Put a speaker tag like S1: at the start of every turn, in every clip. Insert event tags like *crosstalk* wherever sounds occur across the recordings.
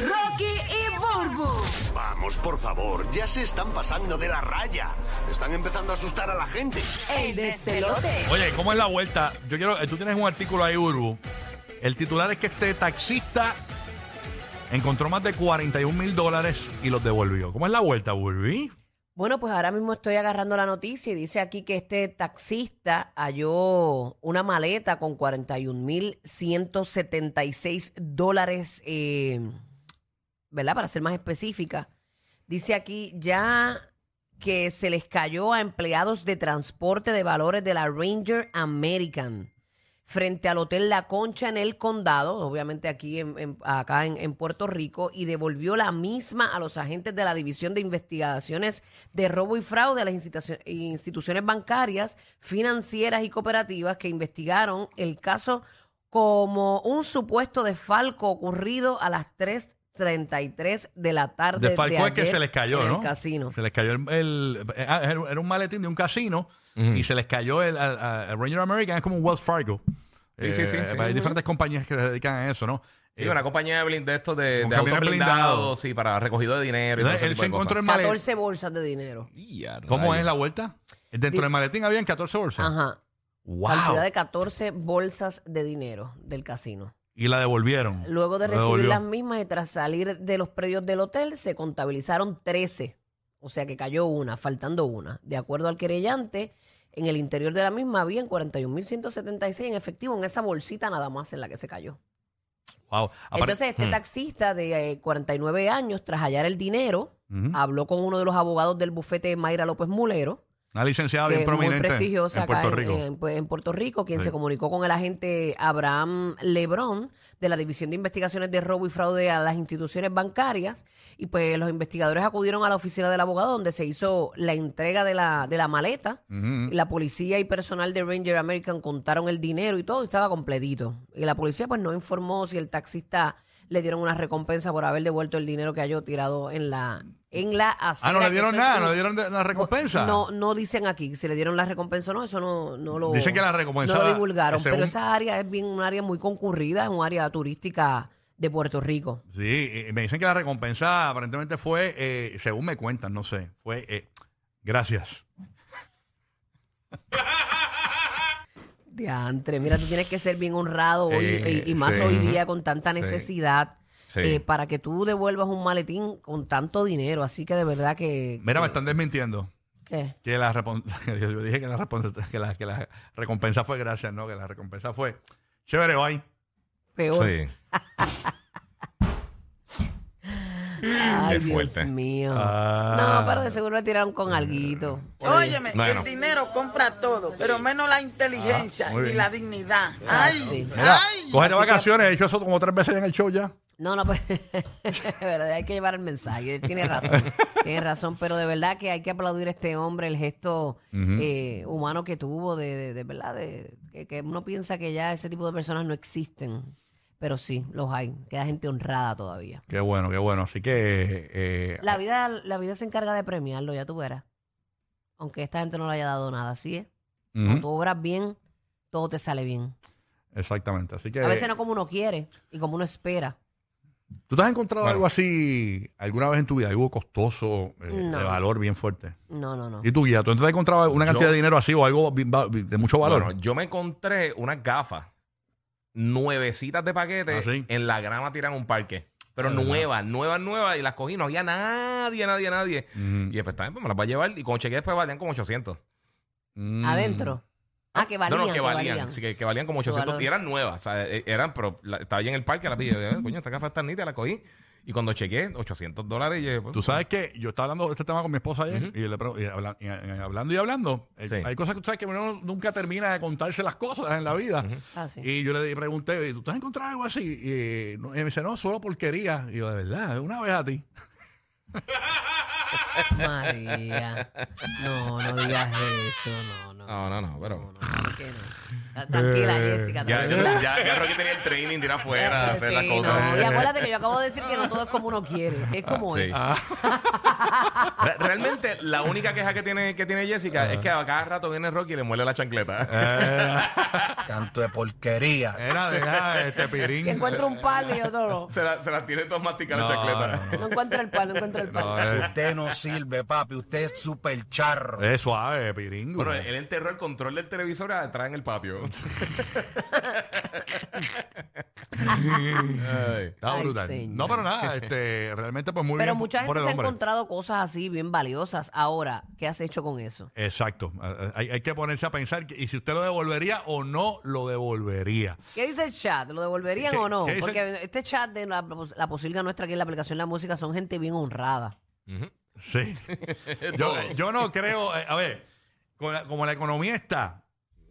S1: Rocky y Burbu.
S2: Vamos, por favor, ya se están pasando de la raya. Están empezando a asustar a la gente.
S1: El despelote.
S3: Oye, ¿cómo es la vuelta? Yo quiero, eh, tú tienes un artículo ahí, Urbu. El titular es que este taxista encontró más de 41 mil dólares y los devolvió. ¿Cómo es la vuelta, Urbi?
S4: Bueno, pues ahora mismo estoy agarrando la noticia y dice aquí que este taxista halló una maleta con 41.176 dólares, eh, ¿verdad? Para ser más específica. Dice aquí ya que se les cayó a empleados de transporte de valores de la Ranger American frente al Hotel La Concha en el condado, obviamente aquí en, en- acá en, en Puerto Rico, y devolvió la misma a los agentes de la División de Investigaciones de Robo y Fraude a las institucio- instituciones bancarias, financieras y cooperativas que investigaron el caso como un supuesto desfalco ocurrido a las 3.33 de la tarde.
S3: De Falco es que
S4: ayer
S3: se les cayó,
S4: en
S3: ¿no?
S4: El casino.
S3: Se les cayó el. el- eh, ah, era era un maletín de un casino y se les cayó el. al- a- a Ranger American, es como un Wells Fargo.
S5: Sí, sí, sí,
S3: Eh,
S5: sí.
S3: Hay diferentes compañías que se dedican a eso, ¿no?
S5: Sí,
S3: Eh,
S5: una compañía de blind de estos de,
S3: Con
S5: de autos
S3: camiones
S5: blindados,
S3: blindados.
S5: sí, para recogido de dinero y todo
S3: entonces,
S5: ese
S3: él
S5: tipo
S3: se
S5: de
S3: encontró el maletín.
S4: 14 bolsas de dinero.
S5: cosas.
S3: ¿Cómo es la vuelta? Dentro
S4: Di-
S3: del maletín habían 14 bolsas.
S4: Ajá.
S3: ¡Wow!
S4: Cantidad de 14 bolsas de dinero del casino.
S3: Y la devolvieron.
S4: Luego de
S3: La
S4: recibir
S3: devolvió.
S4: las mismas y tras salir de los predios del hotel, se contabilizaron 13. O sea que cayó una, faltando una. De acuerdo al querellante, en el interior de la misma había 41.176 en efectivo en esa bolsita nada más en la que se cayó.
S3: Wow. Apare-
S4: Entonces este
S3: Hmm.
S4: taxista de eh, 49 años, tras hallar el dinero,
S3: Ujú.
S4: habló con uno de los abogados del bufete de Mayra López Mulero
S3: Una licenciada
S4: que
S3: bien
S4: es muy
S3: prominente
S4: prestigiosa
S3: en
S4: acá
S3: Puerto
S4: en-
S3: Rico.
S4: En, pues, en Puerto Rico, quien
S3: Sí.
S4: se comunicó con el agente Abraham Lebrón de la División de Investigaciones de Robo y Fraude a las instituciones bancarias. Y pues los investigadores acudieron a la oficina del abogado donde se hizo la entrega de la, de la maleta.
S3: Ujú.
S4: La policía y personal de Ranger American contaron el dinero y todo, y estaba completito. Y la policía pues no informó si el taxista le dieron una recompensa por haber devuelto el dinero que haya tirado en la en la acera.
S3: Ah, no le
S4: que
S3: dieron
S4: eso es
S3: nada,
S4: un-
S3: no le dieron de- la recompensa.
S4: no, no dicen aquí si le dieron la recompensa o no, eso no, no lo
S3: Dicen que la recompensa
S4: no lo
S3: la-
S4: divulgaron,
S3: según-
S4: pero esa área es bien un área muy concurrida, es un área turística de Puerto Rico.
S3: Sí, eh, me dicen que la recompensa aparentemente fue, eh, según me cuentan, no sé, fue eh, gracias.
S4: Diantre, mira, tú tienes que ser bien honrado hoy
S3: Eh,
S4: y, y más
S3: sí.
S4: hoy día con tanta
S3: Sí.
S4: necesidad
S5: Sí.
S4: eh, para que tú devuelvas un maletín con tanto dinero, así que de verdad que
S3: Mira, me están desmintiendo.
S4: ¿qué?
S3: Que la repon- *laughs* yo dije que la, respon- que la- que la recompensa fue gracias, no, que la recompensa fue chévere, bye.
S4: peor. Ay,
S5: Qué
S4: Dios
S5: fuerte.
S4: mío.
S3: Ah. Mm.
S4: No, pero de seguro le tiraron con alguito. por ahí.
S6: Óyeme,
S5: Bueno.
S6: el dinero compra todo, pero menos la inteligencia
S3: Ah, muy
S6: y
S3: bien.
S6: la dignidad.
S4: sí.
S6: Ay,
S3: Mira,
S6: ay.
S3: coger vacaciones, he hecho eso como tres veces en el show ya.
S4: No, no, pues, *laughs* de verdad hay que llevar el mensaje. Tiene razón, tiene razón, pero de verdad que hay que aplaudir a este hombre el gesto eh, humano que tuvo, de, de, de verdad, de, que, que uno piensa que ya ese tipo de personas no existen, pero sí, los hay, queda gente honrada todavía.
S3: Qué bueno, qué bueno. Así que eh,
S4: La vida, la vida se encarga de premiarlo, ya tú verás. Aunque esta gente no le haya dado nada, así es.
S3: ujú,
S4: Cuando tú obras bien, todo te sale bien.
S3: exactamente. Así que
S4: A veces no como uno quiere y como uno espera.
S3: ¿Tú te has encontrado
S5: Bueno.
S3: algo así alguna vez en tu vida? Algo costoso, eh,
S4: No.
S3: de valor bien fuerte.
S4: No, no, no.
S3: ¿Y tú, guía? ¿Tú te has encontrado una
S5: Yo-
S3: cantidad de dinero así o algo bi- ba- bi- de mucho valor?
S5: Bueno, yo me encontré unas gafas nuevecitas de paquete
S3: Ah, ¿sí?
S5: en la grama tiradas en un parque. Pero
S3: Ah, ¿verdad?
S5: nuevas, nuevas, nuevas. Y las cogí, no había nadie, nadie, nadie.
S3: Mm,
S5: Y después también pues, me las va a llevar. Y cuando chequeé después valían como 800.
S3: mm.
S4: Adentro. Ah, que valían.
S5: no, no, que valían.
S4: valían.
S5: sí, que, que valían como 800.
S4: valor.
S5: Y eran nuevas. O sea, eh, eran, pero la- estaba ahí en el parque, la pillé. yo, eh, Coño, esta gafa está nítida, la cogí. Y cuando chequeé, 800 dólares. Y, yo, pues,
S3: Tú sabes que yo estaba hablando de este tema con mi esposa ayer
S5: Ujú.
S3: y, le pregun- y habla- y- y hablando y hablando. eh,
S5: Sí.
S3: Hay cosas que tú sabes que uno nunca termina de contarse las cosas en la vida.
S4: Ah, sí.
S3: Y yo le di- pregunté, ¿tú te has encontrado algo así? Y, eh, no- y me dice, no, solo porquería. Y yo, de verdad, una vez
S5: *laughs*
S3: a ti.
S4: María. No, no digas eso. No, no.
S5: No, no, no, pero.
S4: no, no, ¿por qué no? Tranquila,
S3: Eh,
S4: Jessica.
S3: *laughs*
S5: Ya,
S4: tranquila.
S5: ya, ya, ya Rocky tenía el training de ir afuera, hacer
S4: Sí,
S5: las cosas.
S3: ¿eh?
S4: no, Y acuérdate que yo acabo de decir que no todo es como uno quiere. Es como
S5: Sí.
S4: es.
S3: Ah.
S5: *laughs* Re- Realmente, la
S3: Ah.
S5: Eh. única queja que tiene, que tiene Jessica es que a cada rato viene Rocky y le muele la chancleta.
S7: Canto de porquería.
S3: Era de este pirín.
S4: Que encuentra un palo y otro no.
S5: *laughs* Se, la- se las tiene todas
S3: *laughs* No,
S5: masticadas la chancleta.
S3: no,
S4: No encuentra el palo, no encuentra el palo.
S3: No, eh,
S7: Usted no sirve, papi. Usted es súper charro.
S3: es suave, piringo.
S5: *laughs* Bueno, él enterró el control del televisor atrás en
S3: *laughs*
S5: el patio. Ay.
S3: Estaba
S4: Ay,
S3: brutal.
S4: señor.
S3: no, pero nada, este, realmente pues muy
S4: Pero
S3: bien
S4: mucha
S3: por
S4: gente
S3: el
S4: se ha
S3: hombre.
S4: encontrado cosas así bien valiosas. Ahora, ¿qué has hecho con eso?
S3: Exacto. Eh, eh, Hay, hay que ponerse a pensar que- y si usted lo devolvería o no lo devolvería.
S4: ¿Qué dice el chat? ¿Lo devolverían
S3: ¿Qué-
S4: o no?
S3: qué dice
S4: Porque este chat de la, la posilga nuestra aquí en la aplicación La Música son gente bien honrada.
S5: *laughs*
S3: Sí. yo, yo no creo, eh, a ver, con la- como la economía está,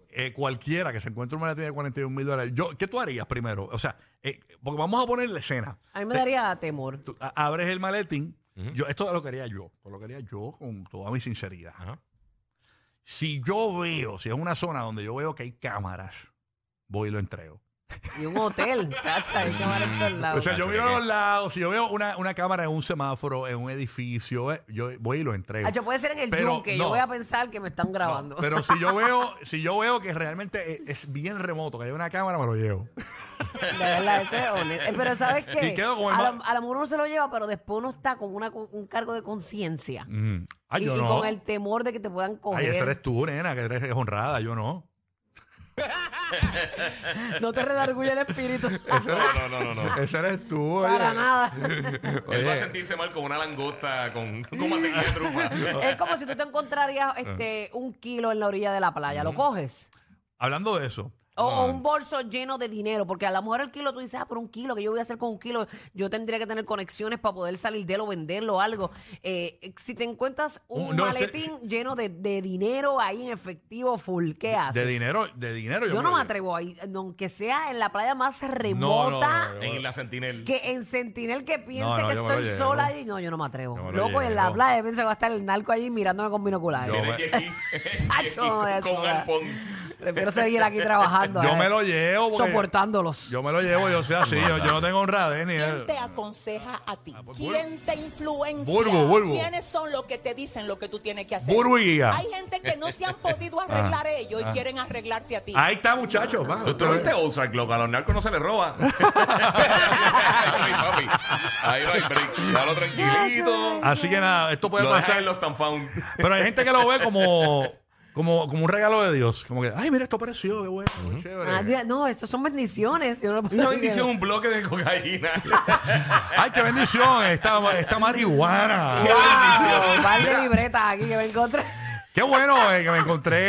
S3: eh, cualquiera que se encuentre una latina de 41 mil dólares, yo, ¿qué tú harías primero? O sea, eh, porque vamos a poner la escena.
S4: A mí me daría temor.
S3: Tú a- abres el maletín, yo, esto lo quería yo, lo quería yo con toda mi sinceridad.
S5: Ajá.
S3: Si yo veo, si es una zona donde yo veo que hay cámaras, voy y lo entrego.
S4: Y un hotel, cacha, hay que amar en todos lados.
S3: O sea, yo
S5: Nacho,
S3: miro a
S5: ¿de qué?
S3: los lados, si yo veo una, una cámara en un semáforo, en un edificio, eh, yo voy y lo entrego.
S4: Hacho, Ah, puede ser en el
S3: Pero
S4: yunque,
S3: no.
S4: yo voy a pensar que me están
S3: No,
S4: grabando.
S3: pero si yo veo, si yo veo que realmente e, es, es bien remoto, que hay una cámara, me lo llevo.
S4: *laughs* De verdad, ese es honesto. Eh, Pero ¿sabes qué?
S3: Y quedo como el
S4: a, la,
S3: más-
S4: a la mujer uno se lo lleva, pero después uno está con una, con un cargo de conciencia.
S3: Mm. Ah,
S4: y,
S3: yo
S4: y
S3: no.
S4: con el temor de que te puedan
S3: Ay, esa
S4: coger.
S3: eres tú, nena, que eres honrada, yo no.
S4: No te redarguye el
S3: *laughs*
S4: espíritu.
S5: No, no, no, no. no.
S3: Esa eres tú, oye.
S4: *laughs*
S3: *laughs*
S4: Para nada.
S5: Él va a
S3: Oye.
S5: sentirse mal con una langosta, con, con mantequilla de
S3: *laughs*
S5: trufa.
S4: Es como si tú te encontrarías este, un kilo en la orilla de la playa. ¿Lo coges?
S3: Hablando de eso,
S4: O, o un bolso lleno de dinero, porque a la mujer el kilo tú dices, ah, por un kilo, que yo voy a hacer con un kilo, yo tendría que tener conexiones para poder salir de él o venderlo o algo. Eh, eh, si te encuentras un
S3: Un- no,
S4: maletín lleno de, de dinero ahí en efectivo full, ¿qué haces?
S3: de dinero, de dinero yo,
S4: Yo
S3: lo
S4: no me
S3: llevo.
S4: atrevo ahí, aunque sea en la playa más
S3: No, no,
S4: remota.
S3: no, yo-
S5: En la Sentinel.
S4: Que en Sentinel que piense
S3: No, no,
S4: que
S3: yo me lo
S4: estoy
S3: llevo.
S4: sola allí, no, yo no me atrevo.
S3: Yo me lo
S4: Loco, en la
S3: llevo.
S4: playa pienso que va a estar el narco allí mirándome con binoculares.
S5: Tiene
S3: Yo
S5: que
S3: me-
S5: aquí.
S4: *laughs* Acho, eso,
S5: *laughs* con
S4: eh.
S5: galpón.
S4: Prefiero seguir aquí trabajando.
S3: Yo
S4: eh,
S3: me lo llevo. porque-
S4: Soportándolos.
S3: Yo me lo llevo, yo sé así, yo, yo no tengo honradez ni
S8: ¿Quién te aconseja a ti?
S3: pues,
S8: ¿Quién te influencia?
S3: Burbu, Burbu.
S8: ¿Quiénes son los que te dicen lo que tú tienes que hacer?
S3: Burbu y guía. Ah,
S8: Hay gente que no se han
S3: *laughs*
S8: podido arreglar ellos y quieren arreglarte a ti.
S3: Ahí está, muchachos. va.
S5: ¿Tú, tú no viste Ozark, loco? A los narcos no se les *laughs* roba. Ay, papi. Ahí va el break. Déjalo tranquilito.
S3: Así que nada, esto puede
S5: Lo dejan
S3: pasar.
S5: en los Tanfound.
S3: Pero hay gente que lo ve como, como, como un regalo de Dios. Como que, ay, mira, esto pareció, qué bueno, qué chévere.
S4: Ah, di- no, estos son bendiciones. Yo no lo puedo
S5: Una
S4: creer.
S5: bendición, un bloque de *laughs* cocaína.
S3: Ay, qué bendición, esta, esta marihuana.
S4: Wow, *laughs* un par de libretas aquí que me encontré.
S5: Ah,
S3: Qué bueno eh, que me encontré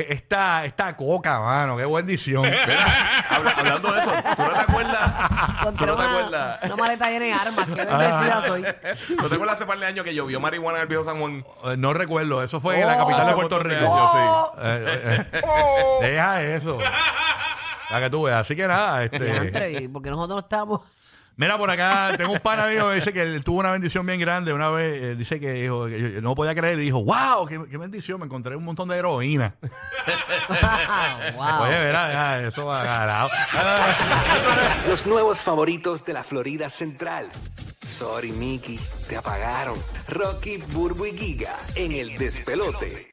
S3: eh, esta, esta coca, mano. Qué bendición.
S5: Habla- hablando de eso, ¿tú no te acuerdas? ¿Tú
S4: Encontré
S5: no te
S4: una,
S5: acuerdas?
S4: una maleta llena de armas. Qué bendecida
S3: Ah.
S4: soy.
S5: ¿No te acuerdas hace par de años que llovió marihuana en el viejo San Juan?
S3: Eh, no recuerdo, eso fue en la capital de
S5: Hace
S3: Puerto
S5: montón de
S3: Rico.
S5: años, sí.
S3: Eh, eh, Deja eso. Para que tú veas. Así que nada, este.
S4: Diantre, ¿y por qué nosotros no estamos. *laughs*
S3: Mira, por acá tengo un pana mío que dice que él tuvo una bendición bien grande. Una vez eh, dice que dijo, que yo- yo no podía creer, y dijo, wow, qué, qué bendición, me encontré un montón de heroína.
S4: wow.
S3: Oye, verá, deja eso va ganado.
S9: Los nuevos favoritos de la Florida Central. Sorry, Mickey, te apagaron. Rocky, Burbu y Giga en el despelote.